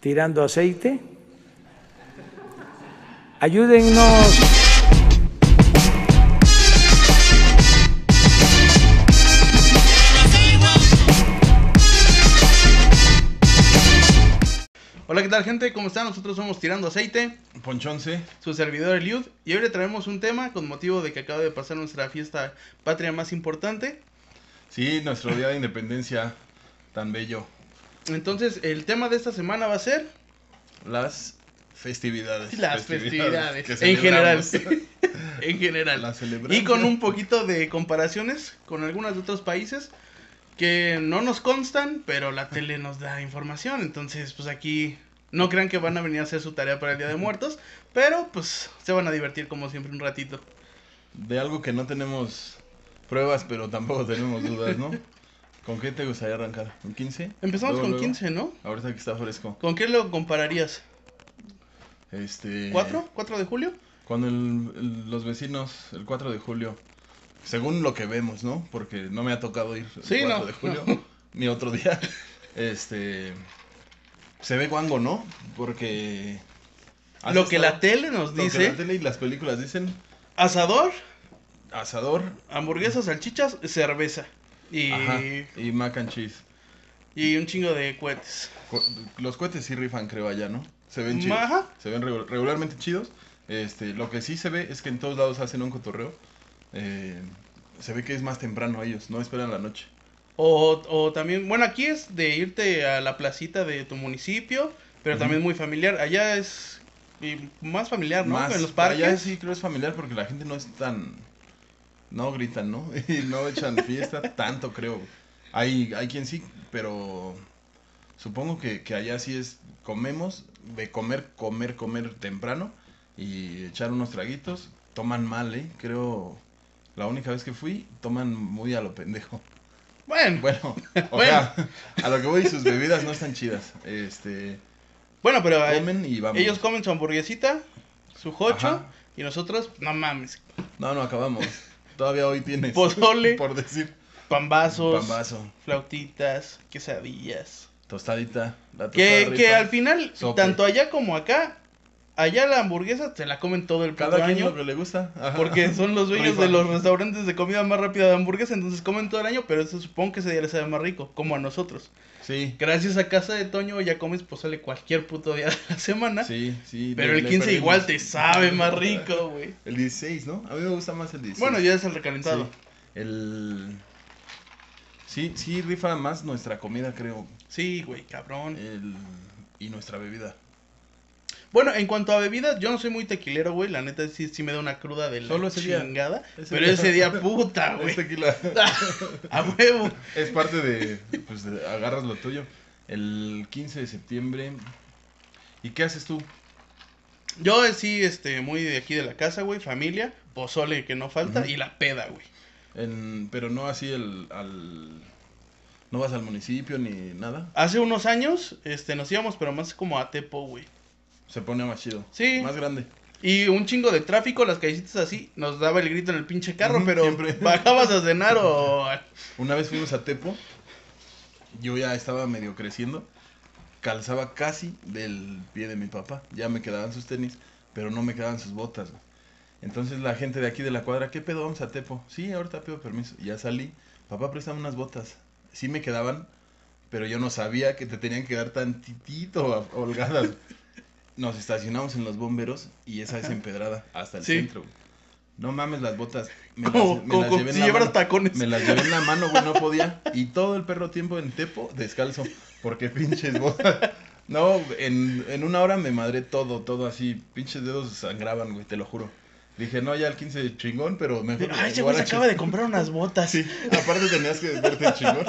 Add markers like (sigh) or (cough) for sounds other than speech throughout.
tirando aceite. Ayúdennos. Hola, ¿qué tal, gente? ¿Cómo están? Nosotros somos Tirando Aceite, Ponchonce. su servidor Eliud, y hoy le traemos un tema con motivo de que acaba de pasar nuestra fiesta patria más importante. Sí, nuestro día de independencia tan bello. Entonces, el tema de esta semana va a ser las, Festividades. las festividades, que en general. celebramos. en general. (laughs) Las celebramos. Y con un poquito de comparaciones con algunos de otros países que no nos constan, pero la tele nos da información. Entonces, pues aquí no crean que van a venir a hacer su tarea para el Día de Muertos, pero pues se van a divertir como siempre un ratito. De algo que no tenemos pruebas, pero tampoco tenemos dudas, ¿no? ¿Con qué te gustaría arrancar? ¿Con 15? Empezamos Luego, con luego. 15, ¿no? Ahorita que está fresco. ¿Con qué lo compararías? Este... ¿Cuatro? ¿Cuatro de julio? Cuando el- el- los vecinos, el 4 de julio, según lo que vemos, ¿no? Porque no me ha tocado ir el Sí, 4 no, de julio, (laughs) ni otro día. Este. Se ve guango, ¿no? Porque. has Lo que estado- la tele nos lo que dice. la tele y las películas dicen: Asador, asador hamburguesas, salchichas, cerveza. Y, ajá, y mac and cheese. y un chingo de cohetes. Cu- Los cohetes sí rifan, creo, allá, ¿no? Se ven chidos. Ajá. Se ven regu- regularmente chidos. Este, lo que sí se ve es que en todos lados hacen un cotorreo. Eh, se ve que es más temprano ellos, no esperan la noche. O, o también, bueno, aquí es de irte a la placita de tu municipio, pero Ujú. también muy familiar. Allá es y más familiar, ¿no? en los pero parques. allá sí creo es familiar porque la gente no es tan... No gritan, ¿no? (laughs) Y no echan fiesta tanto, creo. Hay, hay quien sí, pero supongo que, que allá sí es comemos, de comer, comer, comer temprano y echar unos traguitos. Toman mal, ¿eh? Creo... La única vez que fui, toman muy a lo pendejo. (laughs) Bueno, bueno, Bueno, o sea, a lo que voy, sus bebidas no están chidas. Este, pero eh, comen y vamos. ellos comen su hamburguesita, su jocho, Ajá. y nosotros, no mames, No, (laughs) no acabamos. Todavía hoy tienes. Pozole. (laughs) Por decir. pambazos, Pambazo. flautitas, quesadillas. Tostadita. La Que, tostada que rifa. al final, Sope. tanto allá como acá, allá la hamburguesa se la comen todo el puto Cada quien año. lo que le gusta. Ajá. (laughs) Porque son los dueños Rifa. de los restaurantes de comida más rápida de hamburguesa, entonces comen todo el año, pero eso supongo que ese día les sabe más rico, como a nosotros. Sí. Gracias a casa de Toño ya comes pozole cualquier puto día de la semana, Sí, sí. pero le- el le 15 perdimos. igual te (laughs) sabe más rico, güey. El 16, ¿no? A mí me gusta más el 16. Bueno, ya es el recalentado. Sí. El. Sí, sí, rifa más nuestra comida, creo. Sí, güey, cabrón. El... Y nuestra bebida. Bueno, en cuanto a bebidas, yo no soy muy tequilero, güey. La neta sí, sí me da una cruda de la Solo ese día. chingada. Ese pero día. ese día, (laughs) puta, Es Ah, güey. tequila. (laughs) (laughs) A huevo. Es parte de, pues, de- agarras lo tuyo. El 15 de septiembre. ¿Y qué haces tú? Yo eh, sí, este, muy de aquí de la casa, güey. Familia, pozole que no falta Ujú. y la peda, güey. En- pero no así el, al... No vas al municipio ni nada. Hace unos años, este, nos íbamos, pero más como a Tepo, güey. Se pone más chido. Sí. Más grande. Y un chingo de tráfico, las callecitas así, nos daba el grito en el pinche carro, Ujú, pero siempre. (laughs) bajabas a cenar o... Una vez fuimos a Tepo. Yo ya estaba medio creciendo. Calzaba casi del pie de mi papá. Ya me quedaban sus tenis, pero no me quedaban sus botas. güey. Entonces la gente de aquí de la cuadra, ¿qué pedo? Vamos a Tepo. Sí, ahorita pido permiso. Y Ya salí. Papá, préstame unas botas. Sí me quedaban, pero yo no sabía que te tenían que dar tantitito a- holgadas. Nos estacionamos en los bomberos y esa es empedrada hasta el Sí. centro. güey. No mames las botas. Me (laughs) las- Como, me como- las como llevé en si la llevaras mano. tacones. Me las llevé en la mano, güey, no podía. Y todo el perro tiempo en Tepo, descalzo. Porque pinches botas. No, en, en una hora me madré todo, todo así. Pinches dedos sangraban, güey, te lo juro. Dije, no, ya el 15 de chingón, pero mejor. Ay, ese güey se guarache. acaba de comprar unas botas. (laughs) Sí, aparte tenías que verte chingón.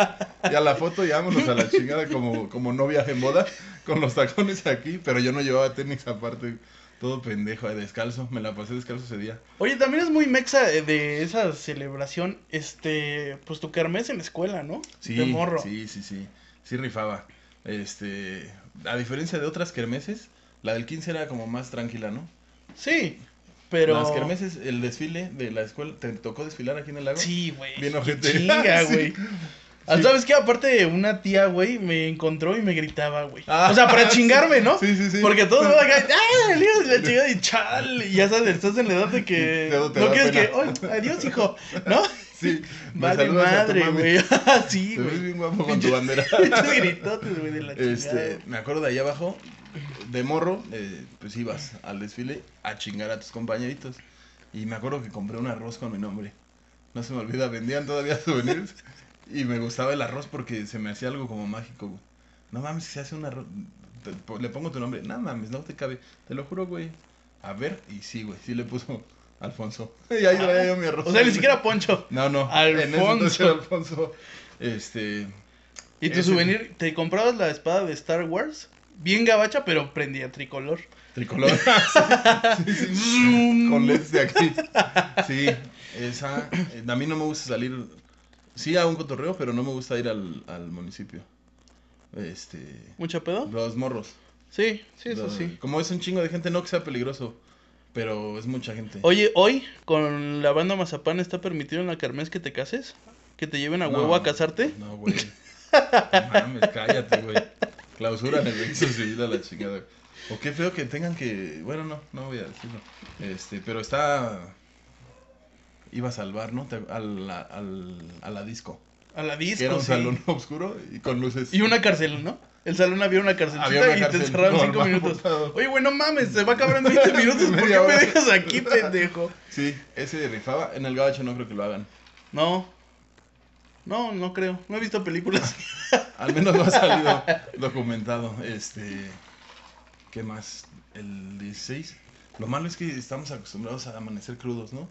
Y a la foto y vámonos a la chingada como, como novia en boda, con los tacones aquí, pero yo no llevaba tenis aparte, todo pendejo, eh, descalzo, me la pasé descalzo ese día. Oye, también es muy mexa eh, de esa celebración, este, pues tu kermés en la escuela, ¿no? Sí, De morro. sí, sí, sí, sí rifaba. Este, a diferencia de otras kermeses, la del 15 era como más tranquila, ¿no? Sí, pero... Las kermeses, el desfile de la escuela, ¿te tocó desfilar aquí en el lago? Sí, güey. Bien qué ojete. Chinga, (laughs) Sí. güey. Ah, ¿Sabes qué? Aparte, una tía, güey, me encontró y me gritaba, güey. o sea, para chingarme, ¿no? Ah. (laughs) Sí, sí, sí. Porque todos van (laughs) acá, ¡ah! El hijo de la chingada y chal. Y ya sabes, estás en la edad de que. Luego te no da quieres pena. que. "Ay, adiós, hijo! ¿No? Sí, (laughs) me Vale saludas a tu madre, mami. güey. (laughs) Ah, sí, Te (laughs) ves güey. bien guapo con tu bandera. Muchos gritotes, güey, de la chingada. Este, me acuerdo de allá abajo, de morro, eh, pues ibas al desfile a chingar a tus compañeritos. Y me acuerdo que compré un arroz con mi nombre. No se me olvida, vendían todavía (laughs) souvenirs. y me gustaba el arroz porque se me hacía algo como mágico, güey. No mames, se hace un arroz. te- po- le pongo tu nombre. No mames, no te cabe. Te lo juro, güey. A ver, y sí, güey. Sí le puso (laughs) Alfonso. Y ahí traía yo mi arroz. O sea, ni siquiera poncho. No, no. En ese entonces era Alfonso. Este. Y tu Ese- souvenir, te comprabas la espada de Star Wars, bien gabacha, pero prendía tricolor. (laughs) Tricolor. Sí, sí, sí. Con LEDs de aquí. Sí, esa. eh, A mí no me gusta salir. Sí, a un cotorreo, pero no me gusta ir al, al municipio. Este. ¿Mucha pedo? Los morros. Sí, sí, eso Los- sí. Como es un chingo de gente, no que sea peligroso, pero es mucha gente. Oye, hoy con la banda Mazapán está permitido en la Carmes que te cases, que te lleven a No, huevo a casarte. No, güey. No mames, cállate, güey. Clausura el regreso civil a la chingada. güey. O qué feo que tengan que. Bueno, no, no voy a decirlo. Este, pero está. Iba a salvar, ¿no? Te- Al, al, a la disco. A la Que disco. era un sí. salón (laughs) oscuro y con luces. Y una cárcel, ¿no? El salón había una cárcel Había una y cárcel, te encerraron no, cinco hermano, minutos. puta. Oye, güey, no mames, se va a acabar en (laughs) 20 minutos. ¿Por qué Media me hora. dejas aquí, pendejo? Sí, ese rifaba. En el gabacho no creo que lo hagan. No. No, no creo. No he visto (laughs) películas. Al menos no ha salido documentado. Este. ¿Qué más? El 16. Lo malo es que estamos acostumbrados a amanecer crudos, ¿no?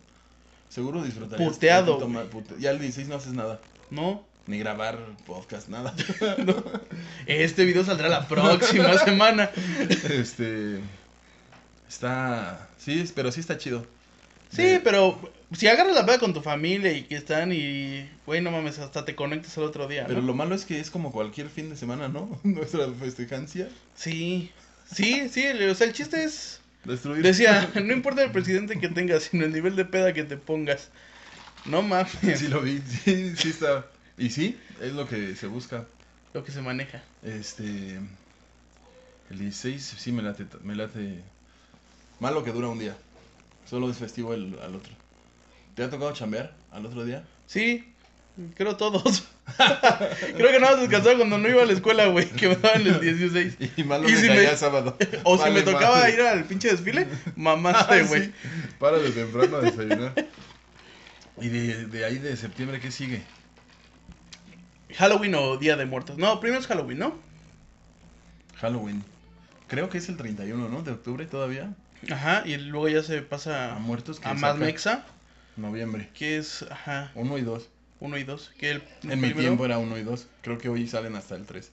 Seguro disfrutarías. Puteado, tantito más pute- Ya el 16 no haces nada. No. Ni grabar (laughs) podcast, nada. Este video saldrá la (laughs) próxima semana. este. Está. Sí, es- pero sí está chido. Eh, Sí, De- pero si agarras la peda con tu familia y que están y, güey, no mames, hasta te conectas al otro día. ¿no? Pero lo malo es que es como cualquier fin de semana, ¿no? (laughs) Nuestra festejancia. Sí, sí, sí, le- o sea, el chiste es, Destruir. decía, (laughs) no importa el presidente que tengas, sino el nivel de peda que te pongas. No mames, (laughs) Sí, lo vi. Sí, sí está. Y sí, es lo que se busca. lo que se maneja. Este. El 16 sí me late, me late. Malo que dura un día. Solo es festivo el, al otro. ¿Te ha tocado chambear al otro día? (laughs) Sí, creo todos. (laughs) creo que nada más descansaba cuando no iba a la escuela, güey, que me daban el 16. Y malo Y que si me- caía sábado. (laughs) O si Vale, me tocaba madre. (laughs) ir al pinche desfile, mamaste, Ah, güey. sí. Para de temprano a desayunar. Y de, de ahí de septiembre, ¿qué sigue? Halloween o Día de Muertos. No, primero es Halloween, ¿no? Halloween. Creo que es el 31, ¿no? De octubre todavía. Ajá, y luego ya se pasa A muertos que a saca Mad Mexa, Noviembre. que es, ajá, 1 y 2. 1 y 2. Que el En mi primero- tiempo era 1 y 2. Creo que hoy salen hasta el 3.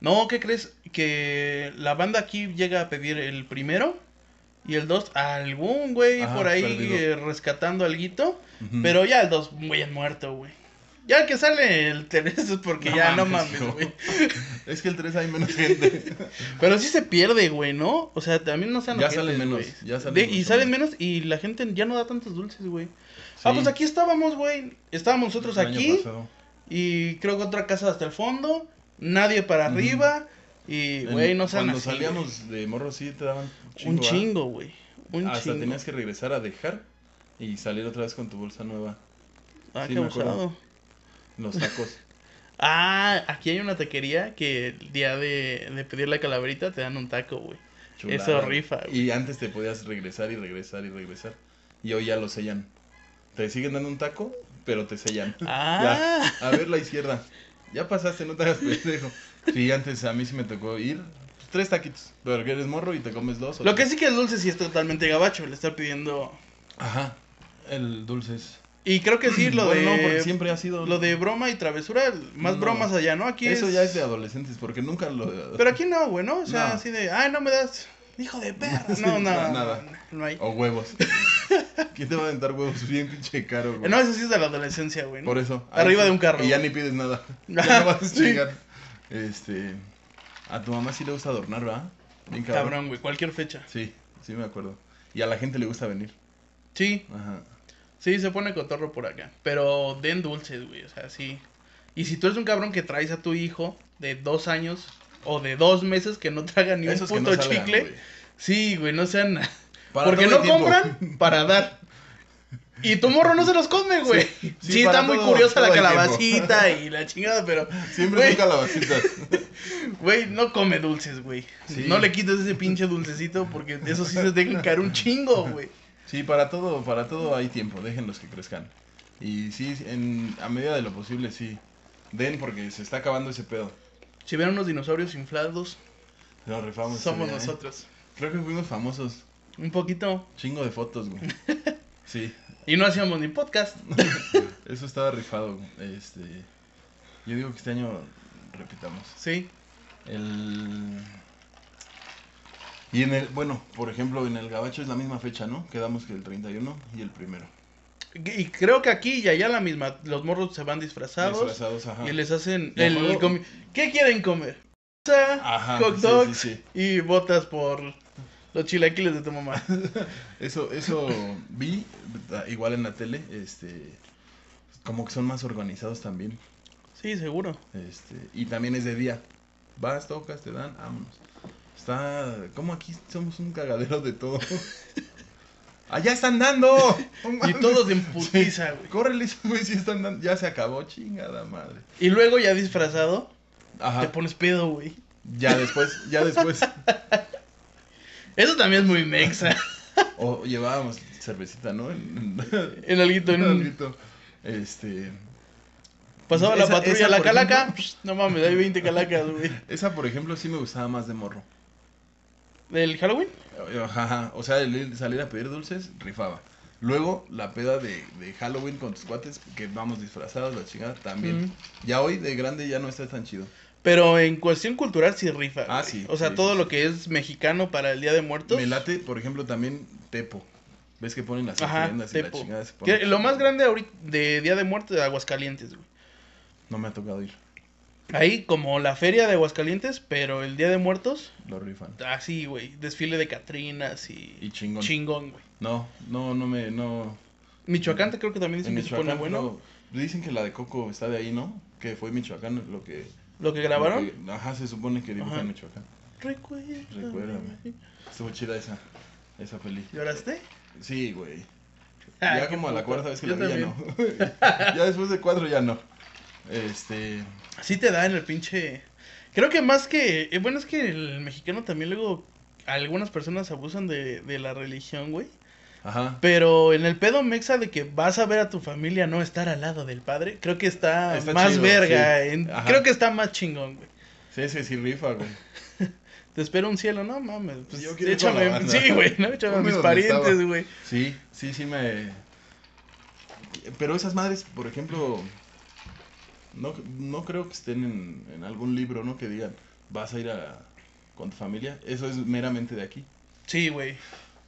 No, ¿qué crees? Que la banda aquí llega a pedir el primero y el 2 algún güey Ajá, por ahí perdido. Mm. eh, rescatando alguito, pero ya el 2 güey muerto, güey. Ya que sale el 3 es porque No ya no mames, mames, no. güey. (laughs) Es que el 3 hay menos gente. Pero sí se pierde, güey, ¿no? O sea, también no sean Ya ojetes, salen menos, güey. ya salen De- Y mucho salen más. menos y la gente ya no da tantos dulces, güey. Ah, Sí. pues aquí estábamos, güey. Estábamos nosotros El año aquí. pasado. Y creo que otra casa hasta el fondo, nadie para Ujú. arriba. Y, En- güey, no sean Cuando así, salíamos de morro sí te daban güey. Un ¿ah? chingo, güey. Un Hasta chingo. tenías que regresar a dejar y salir otra vez con tu bolsa nueva. Ah, sí, qué me acuerdo. abusado. Los (laughs) tacos. Ah, aquí hay una taquería que el día de, de pedir la calaverita te dan un taco, (laughs) güey. Chulada. Eso rifa, güey. Y antes te podías regresar y regresar y regresar. Y hoy ya lo sellan. Te siguen dando un taco, pero te sellan. Ah. Ya. A ver la izquierda. Ya pasaste, no te hagas pendejo. Sí, antes a mí sí me tocó ir. pues, tres taquitos. Pero que eres morro y te comes dos. o Lo que tres. sí que es dulce sí es totalmente gabacho, le estar pidiendo. Ajá. El dulce es. Y creo que sí, lo Bueno, no, de. porque siempre ha sido. Lo de broma y travesura, más No. bromas allá, ¿no? Aquí Eso ya es de adolescentes, porque nunca lo. Pero aquí no, güey, ¿no? O sea, No. así de, ay, no me das, hijo de perra. (laughs) Sí, No, no, nada, nada. nada. Oh, No hay. (laughs) O huevos. ¿Quién te va a aventar huevos bien pinche caro, Eh, güey? No, eso sí es de la adolescencia, güey. ¿no? Por eso. Arriba ahí sí, de un carro, Y ya güey. ni (laughs) pides nada. Ya no vas a Sí. llegar. Este. A tu mamá sí le gusta adornar, ¿verdad? Bien cabrón. Cabrón, güey, cualquier fecha. Sí, sí me acuerdo. Y a la gente le gusta venir. Sí, Ajá. sí, se pone cotorro por acá. Pero den dulces, güey, o sea, sí. Y si tú eres un cabrón que traes a tu hijo de dos años o de dos meses que no traga ni Esos que un no puto salgan, chicle, güey. sí, güey, no sean. Para Porque no todo el tiempo. compran para dar. Y tu morro no se los come, güey. Sí, sí, está para muy todo- curiosa todo la el tiempo. calabacita y la chingada, pero. (laughs) Siempre güey, son calabacitas. Güey, no come dulces, güey. Sí. No le quites ese pinche dulcecito porque eso sí se deja caer un chingo, güey. Sí, para todo, para todo hay tiempo, déjenlos que crezcan. Y sí, en, a medida de lo posible, sí. Den porque se está acabando ese pedo. Si vieron unos dinosaurios inflados, Lo rifamos. ese somos día, ¿eh? nosotros. Creo que fuimos famosos. Un poquito. Chingo de (laughs) fotos, güey. Sí, Y no hacíamos ni podcast. eso estaba rifado. Este, yo digo que este año repitamos. Sí. El... Y en el, bueno, por ejemplo, en el Gabacho es la misma fecha, ¿no? Quedamos que el 31 y el primero. Y creo que aquí y allá la misma. Los morros se van disfrazados. Disfrazados, ajá. Y les hacen Me el acuerdo- comi- ¿Qué quieren comer? Pizza, Ajá, hot sí, dogs sí, sí. y botas por los chilaquiles de tu mamá. Eso, eso vi ah, igual en la tele, este, como que son más organizados también, Sí, seguro. este, y también es de día. Vas, tocas, te dan, vámonos. Está, como aquí somos un cagadero de todo. (laughs) Allá (laughs) están dando. No Y mames. todos (laughs) en putiza, güey. Córrele, esos güey, si están dando. Ya se acabó, chingada madre. Y luego ya disfrazado, te Ajá. pones pedo, güey. Ya después, ya después. (laughs) Eso también es muy mexa. O llevábamos cervecita, ¿no? En, (laughs) en- En alguito, en en un... algo. Este, Pasaba la Esa- patrulla esa, la por calaca. ejemplo. psh, no mames, hay 20 calacas, güey. esa por ejemplo sí me gustaba más de morro. ¿Del Halloween? Ajá, ajá. o sea, el ir- salir a pedir dulces, rifaba. Luego, la peda de, de Halloween con tus cuates, que vamos disfrazados, la chingada, también. Ujú. Ya hoy, de grande, ya no está tan chido. Pero en cuestión cultural sí rifa. Ah, güey. sí, O sea, sí, todo sí, lo que es mexicano para el Día de Muertos. Me late, por ejemplo, también Tepo. ¿Ves que ponen las Ajá, ofrendas y la tepo. chingada? se Que pone- lo más grande ahorita de Día de Muertos de Aguascalientes, güey. No me ha tocado ir, Ahí como la feria de Aguascalientes, pero el Día de Muertos, lo rifan. así, güey, desfile de Catrinas y, Y chingón. chingón, güey. No, no, no me, no. Michoacán te creo que también dicen En que se pone Michoacán, bueno. no. Dicen que la de Coco está de ahí, ¿no? Que fue Michoacán lo que... Lo que grabaron. lo que- ajá, se supone que dibuja Ajá. en Michoacán. Recuérdame. Recuérdame. Estuvo chida esa, esa peli. ¿Lloraste? Sí, güey. Ay, ya Ah, qué como a la puto. cuarta vez que Yo la vi, ya no. (laughs) también. ya después de cuatro ya no. Este. Sí te da en el pinche... Creo que más que... eh, Bueno, es que el mexicano también luego... Algunas personas abusan de, de la religión, güey. Ajá. Pero en el pedo mexa de que vas a ver a tu familia no estar al lado del padre, creo que está, Está más chido, verga. sí. en- Ajá. creo que está más chingón, güey. Sí, sí, sí, rifa, güey. Te espero un cielo, no mames. Pues, Yo quiero ir con échame, la banda. (laughs) sí, güey, no, échame a Ponme mis donde parientes, estaba. güey. Sí, sí, sí me. Pero esas madres, por ejemplo. No, no creo que estén en, en algún libro, ¿no? Que digan, vas a ir a, con tu familia. Eso es meramente de aquí. Sí, güey.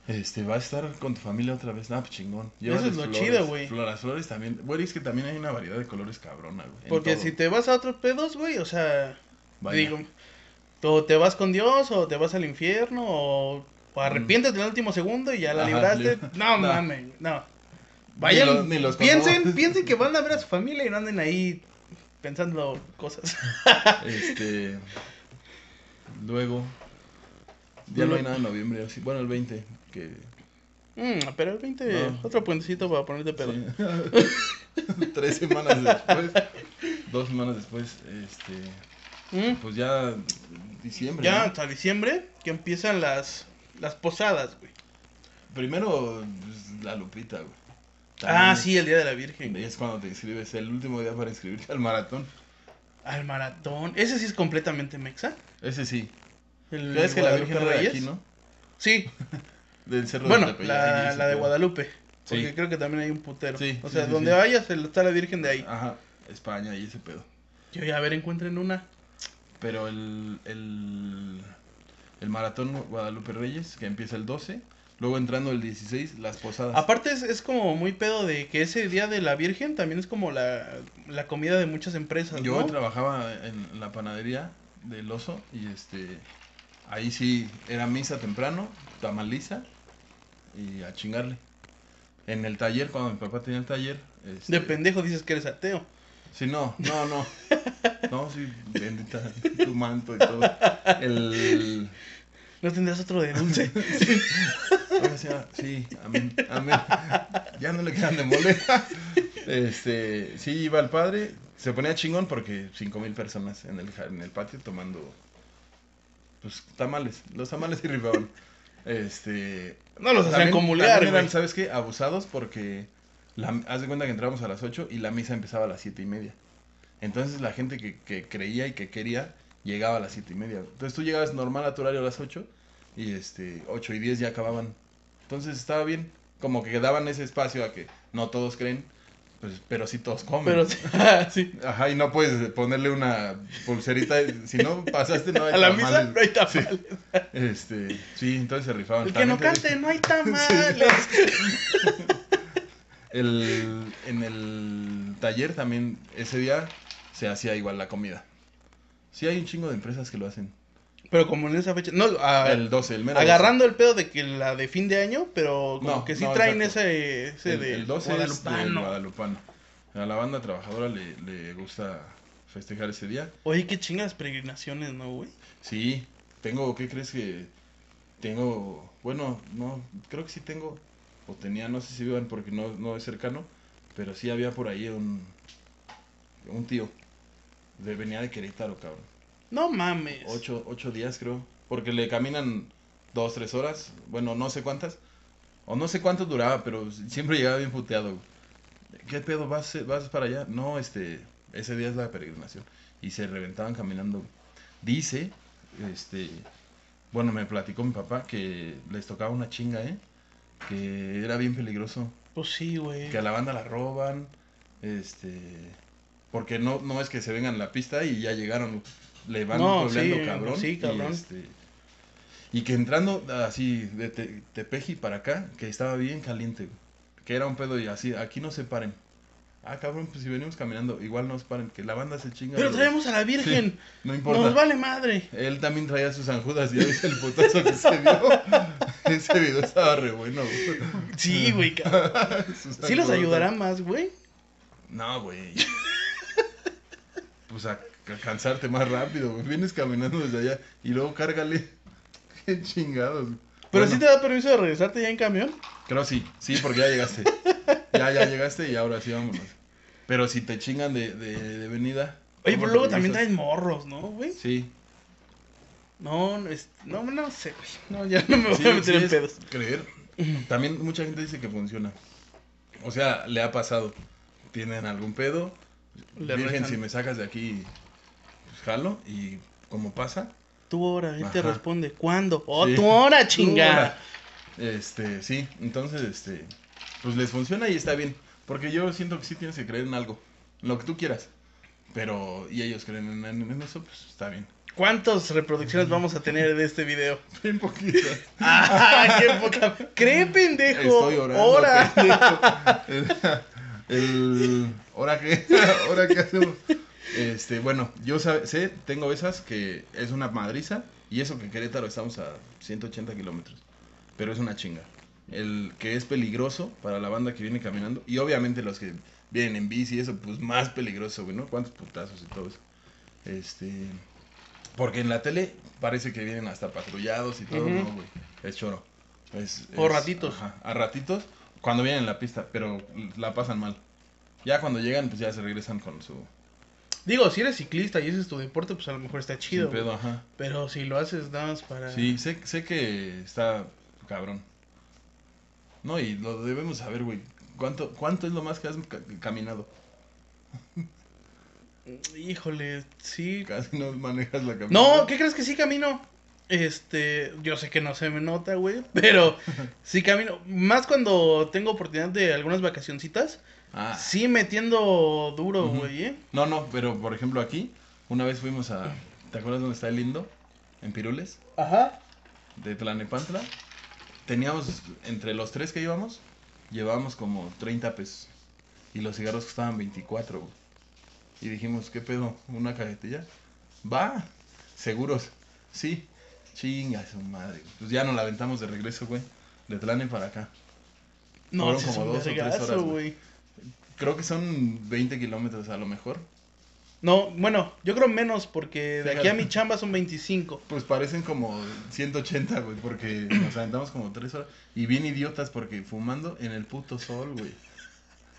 Este, vas a estar con tu familia otra vez. Ah, pues chingón. Eso es Llévales lo flores. chido, güey. Floras, flores también. Güey, es que también hay una variedad de colores cabrona, güey. en Porque todo. si te vas a otros pedos, güey, o sea, Vaya. digo, o te vas con Dios o te vas al infierno o, o arrepiéntete en el último segundo y ya la Ajá, libraste. li- No, (laughs) No. mames, no. Vayan, los- ni los piensen, conozco. piensen que van a ver (laughs) a su familia y no anden ahí pensando cosas. (laughs) Este. Luego. Ya no hay nada en noviembre. así- Bueno, el 20. Que. Mm, pero el 20, No. otro puentecito para ponerte pedo. sí. (laughs) Tres semanas después. Dos semanas después. Este. Mm, Pues ya. Diciembre. ya ¿no? hasta diciembre que empiezan las, las posadas, güey. Primero, pues, la Lupita, güey. Ah, También sí, el Día de la es- Virgen. y Es cuando te inscribes. El último día para inscribirte al maratón. Al maratón. Ese sí es completamente mexa. Ese sí. El ¿Sabes que la Guadalupe Virgen era de Reyes. aquí, no? Sí, Del cerro de bueno, Tepeyac, ahí la, se la de quedó. Guadalupe. Porque Sí. creo que también hay un putero. Sí, o sí, sea, sí, donde sí. Ah. vayas el- está la Virgen de ahí. Ajá, España y ese pedo. Yo ya, a ver, encuentren una. Pero el, el, el maratón Gu- Guadalupe Reyes, que empieza el 12, luego entrando el 16, las posadas. Aparte es, es como muy pedo de que ese Día de la Virgen también es como la, la comida de muchas empresas, Yo ¿no? trabajaba en la panadería del oso y este ahí sí era misa temprano, tamaliza y a chingarle. En el taller, cuando mi papá tenía el taller, este, De pendejo dices que eres ateo. Sí, no, no, no. No, sí, bendita tu manto y todo. El. No tendrás otro de (laughs) dulce. Ahora sí, ah, sí, amén, amén. Ya no le quedan de mole. Este, sí, iba el padre. Se ponía chingón porque cinco mil personas en el, ja- en el patio tomando, pues, tamales. Los tamales y rifaban. Este, No los hacían también- también comulgar, eran, güey. ¿Sabes qué? Abusados porque, la- haz de cuenta que entramos a las 8 y la misa empezaba a las siete y media. Entonces la gente que, que creía y que quería llegaba a las siete y media. Entonces tú llegabas normal a tu horario a las 8 y este, 8 y 10 ya acababan. Entonces estaba bien, como que daban ese espacio a que no todos creen, pues, pero sí todos comen. Pero sí, (laughs) ah, sí. Ajá, y no puedes ponerle una pulserita, si no pasaste no (laughs) hay A la misa tamales. no hay tamales. Este, sí, entonces se rifaban. El que no También te- cante, no (laughs) hay tamales. El, en el taller también, ese día, se hacía igual la comida. Sí, hay un chingo de empresas que lo hacen. Pero como en esa fecha. No, a- el 12, el mero 12. agarrando el pedo de que la de fin de año, pero como No, que sí no, traen exacto. ese, ese el, de el 12 es del guadalupano. guadalupano. A la banda trabajadora le, le gusta festejar ese día. Oye, qué chingas peregrinaciones, ¿no, güey? Sí, tengo, ¿qué crees que tengo? Bueno, no, creo que sí tengo, o tenía, no sé si vivan porque no, no es cercano, pero sí había por ahí un, un tío. de- venía de Querétaro, cabrón. No mames. Ocho, ocho días, creo. Porque le caminan dos, tres horas. Bueno, no sé cuántas. O no sé cuánto duraba, pero siempre llegaba bien puteado. güey. ¿Qué pedo? ¿Vas, eh, vas para allá? No, este. Ese día es la peregrinación. Y se reventaban caminando. güey. Dice, este. Bueno, me platicó mi papá que les tocaba una chinga, ¿eh? Que era bien peligroso Pues sí, güey. que a la banda la roban, este, porque no, no es que se vengan a la pista y ya llegaron, le van No, dobleando sí, cabrón, sí, cabrón. Y, este, y que entrando así de Te- Tepeji para acá, que estaba bien caliente, güey, que era un pedo y así, aquí no se paren. Ah, cabrón, pues si venimos caminando, igual no se paren, que la banda se chinga. Pero güey. traemos a la Virgen. No importa. Nos vale madre. Él también traía sus anjudas, ya viste el (laughs) putazo que se dio. (laughs) Ese video estaba re bueno. güey. (laughs) Sí, güey, cabrón. Sus Sí los anjudas. ayudará más, güey. No, güey. (laughs) pues a, a cansarte más rápido, güey. Vienes caminando desde allá y luego cárgale. (laughs) Qué chingados. güey. Pero Bueno, sí te da permiso de regresarte ya en camión. Creo sí, sí, porque ya llegaste. ya, ya llegaste y ahora sí vámonos. Pero si te chingan de, de, de venida. Oye, pero ¿cómo te luego también traen regresas? morros, ¿no, güey? Sí. No, no, es- no, no sé, güey. No, ya no me voy sí, a meter sí en es pedos. Creer. También mucha gente dice que funciona. O sea, le ha pasado. Tienen algún pedo. Le Virgen, rezan. si me sacas de aquí, pues jalo. Y como pasa, Tu hora, él te Ajá. responde. ¿Cuándo? ¡Oh, Sí. tu hora, chingada! Este, sí, entonces, este, pues les funciona y está bien. Porque yo siento que sí tienes que creer en algo, en lo que tú quieras. Pero, y ellos creen en, en- en eso, pues está bien. (laughs) ¿Cuántas reproducciones vamos a tener de este video? Bien poquito. ¡Ah, qué poca! ¡Cree, pendejo! Estoy orando. ¡Hora! pendejo. El, el- ¿Hora qué? (laughs) ¿Hora qué hacemos? Este, bueno, yo sab- sé, tengo esas que es una madriza. Y eso que en Querétaro estamos a 180 kilómetros. pero es una chinga. El que es peligroso para la banda que viene caminando. Y obviamente los que vienen en bici y eso, pues más peligroso, güey, ¿no? Cuántos putazos y todo eso. Este. Porque en la tele parece que vienen hasta patrullados y todo, Ujú. no, güey. Es choro. Es, O es- ratitos. ajá, a ratitos. Cuando vienen en la pista, pero la pasan mal. Ya cuando llegan, pues ya se regresan con su. Digo, si eres ciclista y ese es tu deporte, pues a lo mejor está chido. sin pedo, güey. ajá. Pero si lo haces nada más para... Sí, sé, sé que está cabrón. No, y lo debemos saber, güey. ¿Cuánto, ¿Cuánto es lo más que has ca- caminado? Híjole, sí. Casi no manejas la camioneta. No, ¿qué crees que sí camino? Este, yo sé que no se me nota, güey, (laughs) (laughs) pero sí camino. Más cuando tengo oportunidad de algunas vacacioncitas, Ah, sí metiendo duro, Ujú. güey, ¿eh? no, no, pero por ejemplo aquí, una vez fuimos a... ¿Te acuerdas dónde está el lindo? En Pirules, Ajá. de Tlanepantla. Teníamos, entre los tres que íbamos, llevábamos como 30 pesos. Y los cigarros costaban 24, güey. Y dijimos, ¿qué pedo? ¿Una cajetilla? Va, seguros. Sí, chinga su madre. Pues ya nos la aventamos de regreso, güey. De Tlane para acá. No, Fueron sí es como un dos o tres vergazo, horas, güey. güey. Creo que son 20 kilómetros a lo mejor. No, bueno, yo creo menos porque de Sí, aquí a claro. mi chamba son 25. Pues parecen como 180, güey, porque nos aventamos como 3 horas. Y bien idiotas porque fumando en el puto sol, güey.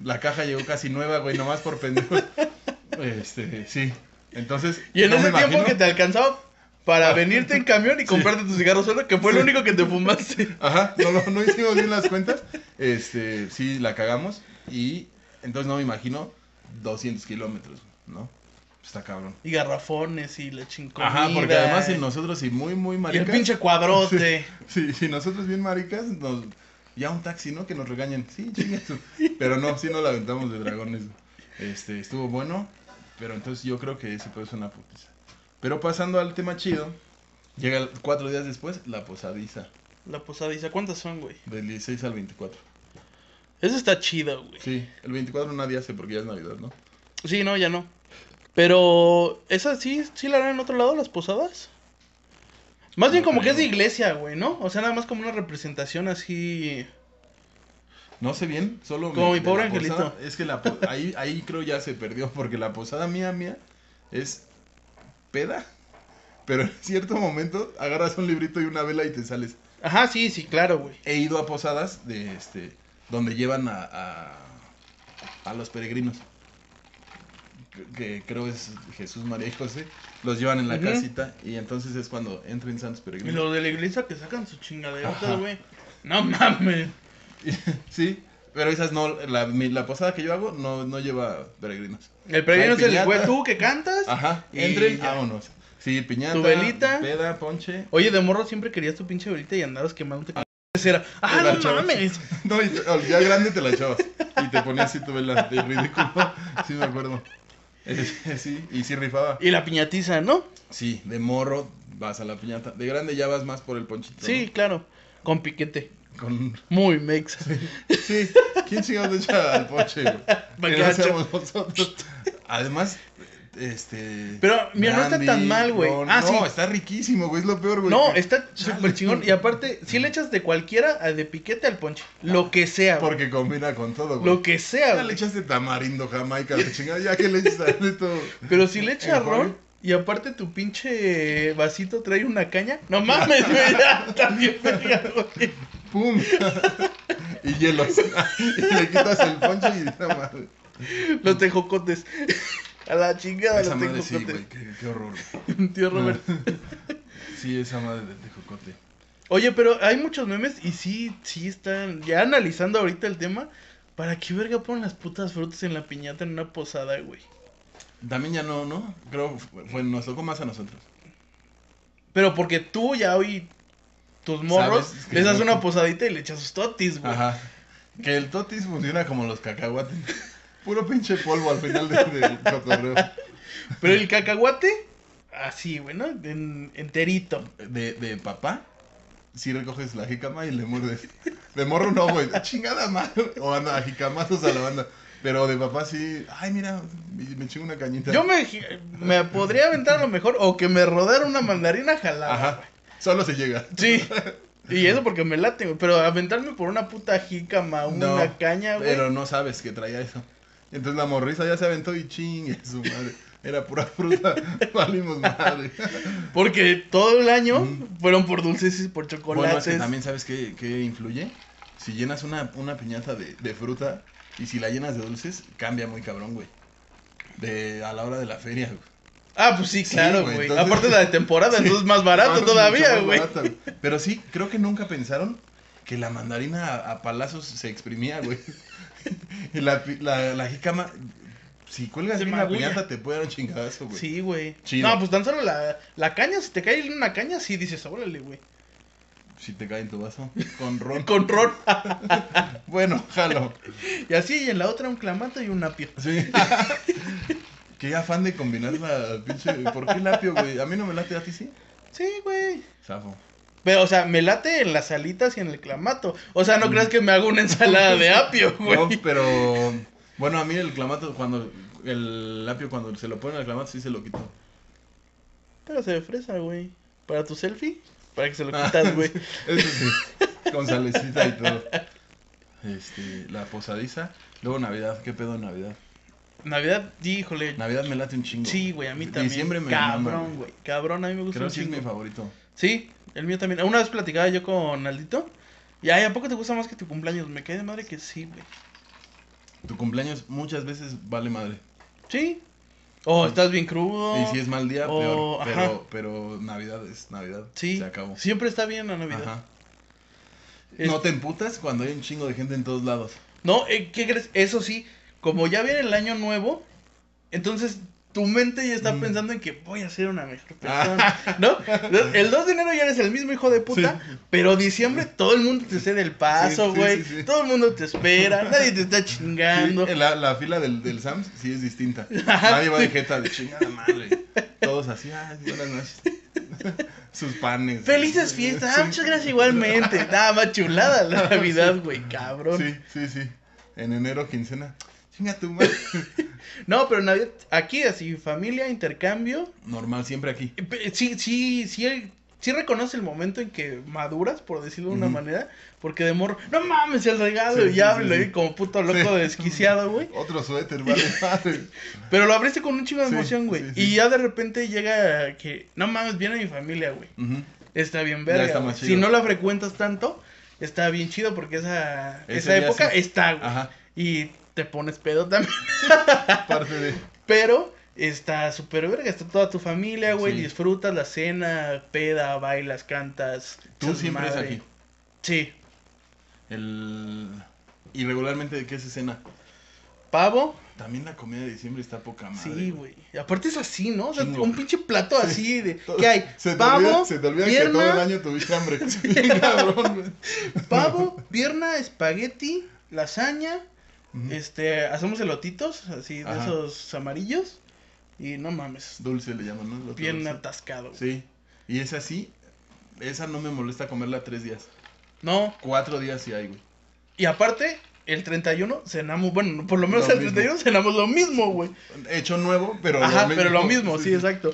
La caja llegó casi nueva, güey, nomás por pendejo. Este, sí. Entonces, Y en no ese me tiempo imagino- Ah. que te alcanzaba para venirte en camión y comprarte tu cigarro solo, que fue lo único que te fumaste. Ajá, no, lo- no hicimos bien las cuentas. Este, sí, la cagamos. Y entonces no me imagino 200 kilómetros, ¿no? Está cabrón. Y garrafones y la chingada. Ajá, porque además si nosotros y muy, muy Y el maricas. pinche cuadrote. Sí, (laughs) si nosotros bien maricas, nos... ya un taxi, ¿no? Que nos regañen. Sí, chinga su- Pero no, sí nos la aventamos de dragones. Este, estuvo bueno. Pero entonces yo creo que ese puede ser una putiza. Pero pasando al tema chido, llega el- cuatro días después la posadiza. La posadiza, ¿cuántas son, güey? Del 16 al 24. Eso está chido, güey. Sí, el 24 nadie hace porque ya es Navidad, ¿no? Sí, no, ya no. Pero, ¿esa sí, sí la harán en otro lado, las posadas? Más bien No como que es de creo. iglesia, güey, ¿no? O sea, nada más como una representación así. No sé bien, solo... Como mi de pobre la angelito. posada- es que (laughs) la po- ahí, ahí creo ya se perdió porque la posada mía, mía, es peda. Pero en cierto momento agarras un librito y una vela y te sales. Ajá, sí, sí, claro, güey. He ido a posadas de este donde llevan a, a, a los peregrinos. Que- Que creo es Jesús, María y José. Los llevan en la Ujú. casita y entonces es cuando entran santos Y peregrinos. los de la iglesia que sacan su chingaderota, Ajá. güey. No mames. Sí, pero esas no, la, mi- la posada que yo hago no, no lleva peregrinos. El peregrino Hay es el piñata. güey tú que cantas. Ajá, Y entren, ya. vámonos. Sí, piñata, Tu velita. peda, ponche. Oye, de morro siempre querías tu pinche velita y andabas quemándote con la cera. ¡Ah, la no chava. mames! (laughs) No, y te- al- ya grande te la echabas. Y te ponías así tu vela de ridículo. (laughs) Sí, me acuerdo. Eh, Sí, y sí rifaba. Y la piñatiza, ¿no? Sí, de morro vas a la piñata. De grande ya vas más por el ponchito. Sí, claro. Con piquete. ¿no? Con... Muy mexa. Sí, ¿quién chingados le echa al (laughs) ponche, güey? Que no Bacacho. seamos nosotros. Además, este. Pero, mira, no está brandy, tan mal, güey. ron, Ah, no, sí. está riquísimo, güey. Es lo peor, güey. No, Que- está súper chingón. Y aparte, si le echas de cualquiera, a- de piquete al ponche. Lo que sea, güey. Porque combina con todo, güey. Lo que sea, Ya le güey. echaste tamarindo, jamaica, la chingada, ya que le echas a de todo. Pero si le echas El ron Juan. y aparte tu pinche vasito trae una caña. No mames, (laughs) güey. ya, Está bien verga, güey. (laughs) ¡Pum! y hielos. (laughs) y le quitas el poncho y esa madre. Los tejocotes. (laughs) A la chingada Esa los madre sí, tejocotes. güey, qué, qué horror. güey. Tío Robert. (laughs) Sí, esa madre del tejocote. Oye, pero hay muchos memes y sí, sí están. Ya analizando ahorita el tema. ¿Para qué verga ponen las putas frutas en la piñata en una posada, güey? También ya no, ¿no? Creo, bueno, nos tocó más a nosotros. Pero porque tú ya hoy tus morros Sabes que les das no- una posadita y le echas sus totis, güey. Ajá. Que el totis funciona como los cacahuates. (laughs) Puro pinche polvo al final de- del cotorreo. Pero el cacahuate, así, güey, ¿no? En- enterito. de, de papá, si recoges la jicama y le muerdes. De morro no, güey. Chingada madre. O anda, jicamazos a la banda. Pero de papá sí. Ay, mira, me, me chingo una cañita. Yo me, me podría aventar a lo mejor o que me rodara una mandarina jalada. Ajá. Solo se llega. Sí. Y eso porque me late, güey. Pero aventarme por una puta jícama, una No, caña, güey. Pero no sabes que traía eso. Entonces la morrisa ya se aventó y chingue su madre. Era pura fruta. (laughs) Valimos madre. Porque todo el año Mm. fueron por dulces y por chocolates. Bueno, es que también sabes qué, qué influye. Si llenas una, una piñata de, de fruta y si la llenas de dulces, cambia muy cabrón, güey. De, a la hora de la feria, güey. Ah, pues sí, Sí, claro, güey, güey. entonces- Aparte de la temporada, entonces es más barato Aparte, mucho todavía, más güey. barata, Pero sí, creo que nunca pensaron que la mandarina a, a palazos se exprimía, güey. (laughs) Y la, pi- la, la jícama, si cuelgas Se bien la magulla. piñata, te puede dar un chingadazo, güey. Sí, güey. Chido. No, pues tan solo la, la caña, si te cae una caña, sí dices, órale, güey. Si te cae en tu (laughs) vaso, con ron. Con ron. Bueno, jalo. Y así, y en la otra un clamato y un apio. Sí. (laughs) Qué afán de combinar la pinche. ¿Por qué lapio, güey? A mí no me late, a ti sí. Sí, güey. Safo. Pero, o sea, me late en las alitas y en el clamato. O sea, no creas que me hago una ensalada (laughs) de apio, güey. No, pero. Bueno, a mí el clamato, cuando. El lapio, cuando se lo ponen al clamato, sí se lo quito. Pero se de fresa, güey. Para tu selfie, para que se lo Ah, quitas, (laughs) güey. Eso sí, con salecita y todo. Este, la posadiza. Luego Navidad, ¿qué pedo en Navidad? Navidad, híjole. Navidad me late un chingo. Sí, güey, a mí también. Diciembre me mama, Cabrón, güey. Cabrón, a mí me gusta Creo un que es mi chingo. favorito. Sí, el mío también. Una vez platicaba yo con Aldito. Y ay, ¿a poco te gusta más que tu cumpleaños? Me cae de madre que sí, güey. Tu cumpleaños muchas veces vale madre. Sí. O estás bien crudo. Y si es mal día, Oh, peor. ajá. Pero, pero Navidad es Navidad. Sí. Se acabó. Siempre está bien la Navidad. Ajá. Es- No te emputas cuando hay un chingo de gente en todos lados. No, eh, ¿qué crees? Eso sí, como ya viene el año nuevo, entonces tu mente ya está Mm. Ah. pensando en que voy a ser una mejor persona, ¿no? (laughs) El 2 de enero ya eres el mismo hijo de puta, pero diciembre todo el mundo te cede el Sí, paso, sí, güey. sí, sí. Todo el mundo te espera, nadie te está chingando. Sí, la, la fila del, del Sams sí (laughs) es distinta. Nadie va de jeta de chingada madre. Todos así, ay, buenas noches. (laughs) Sus panes. Felices fiestas, ah, muchas gracias (laughs) igualmente. Nada más chulada la Navidad, güey, cabrón. Sí, sí, sí. En enero, quincena. Chinga tu madre. (laughs) No, pero Navidad, aquí así, familia, intercambio. Normal, siempre aquí. Pe- Sí, sí, sí, sí reconoce el momento en que maduras, por decirlo de una Ujú. manera, porque de morro, no mames, el regalo, Sí, y ya sí, sí, lo vi sí. como puto loco Sí. desquiciado, güey. Otro suéter, (laughs) vale madre. Pero lo abriste con un chingo de Sí, emoción, güey. sí, sí. Y ya de repente llega que, no mames, viene mi familia, güey. Ujú. Está bien Ya verga. está güey. más chido. Si no la frecuentas tanto, está bien chido porque esa, Ese esa día época sí. está, güey. Ajá. Y te pones pedo también. Parte de. Pero está súper verga, está toda tu familia, güey, Sí. disfrutas la cena, peda, bailas, cantas. Tú echas siempre es madre. aquí. Sí, El. Y regularmente, ¿de qué se cena? pavo, También la comida de diciembre está poca madre. sí, güey. Y Aparte es así, ¿no? O sea, Chingo. un pinche plato así (laughs) de Todo- ¿qué hay? Se te pavo, olvida, se te olvida que todo el pierna, año (laughs) tuviste hambre. (laughs) Bien cabrón, güey. (laughs) pavo, pierna, espagueti, lasaña, Ujú. este, hacemos elotitos así de Ajá. esos amarillos y no mames, Dulce le llaman, ¿no? Lo otro bien dulce. atascado. güey. Sí. Y esa sí, esa no me molesta comerla tres días. No, Cuatro días sí hay, güey. y aparte el 31 cenamos, bueno, por lo menos Lo el mismo. 31 cenamos lo mismo, güey. Hecho nuevo, pero Ajá, pero lo mismo, sí, exacto.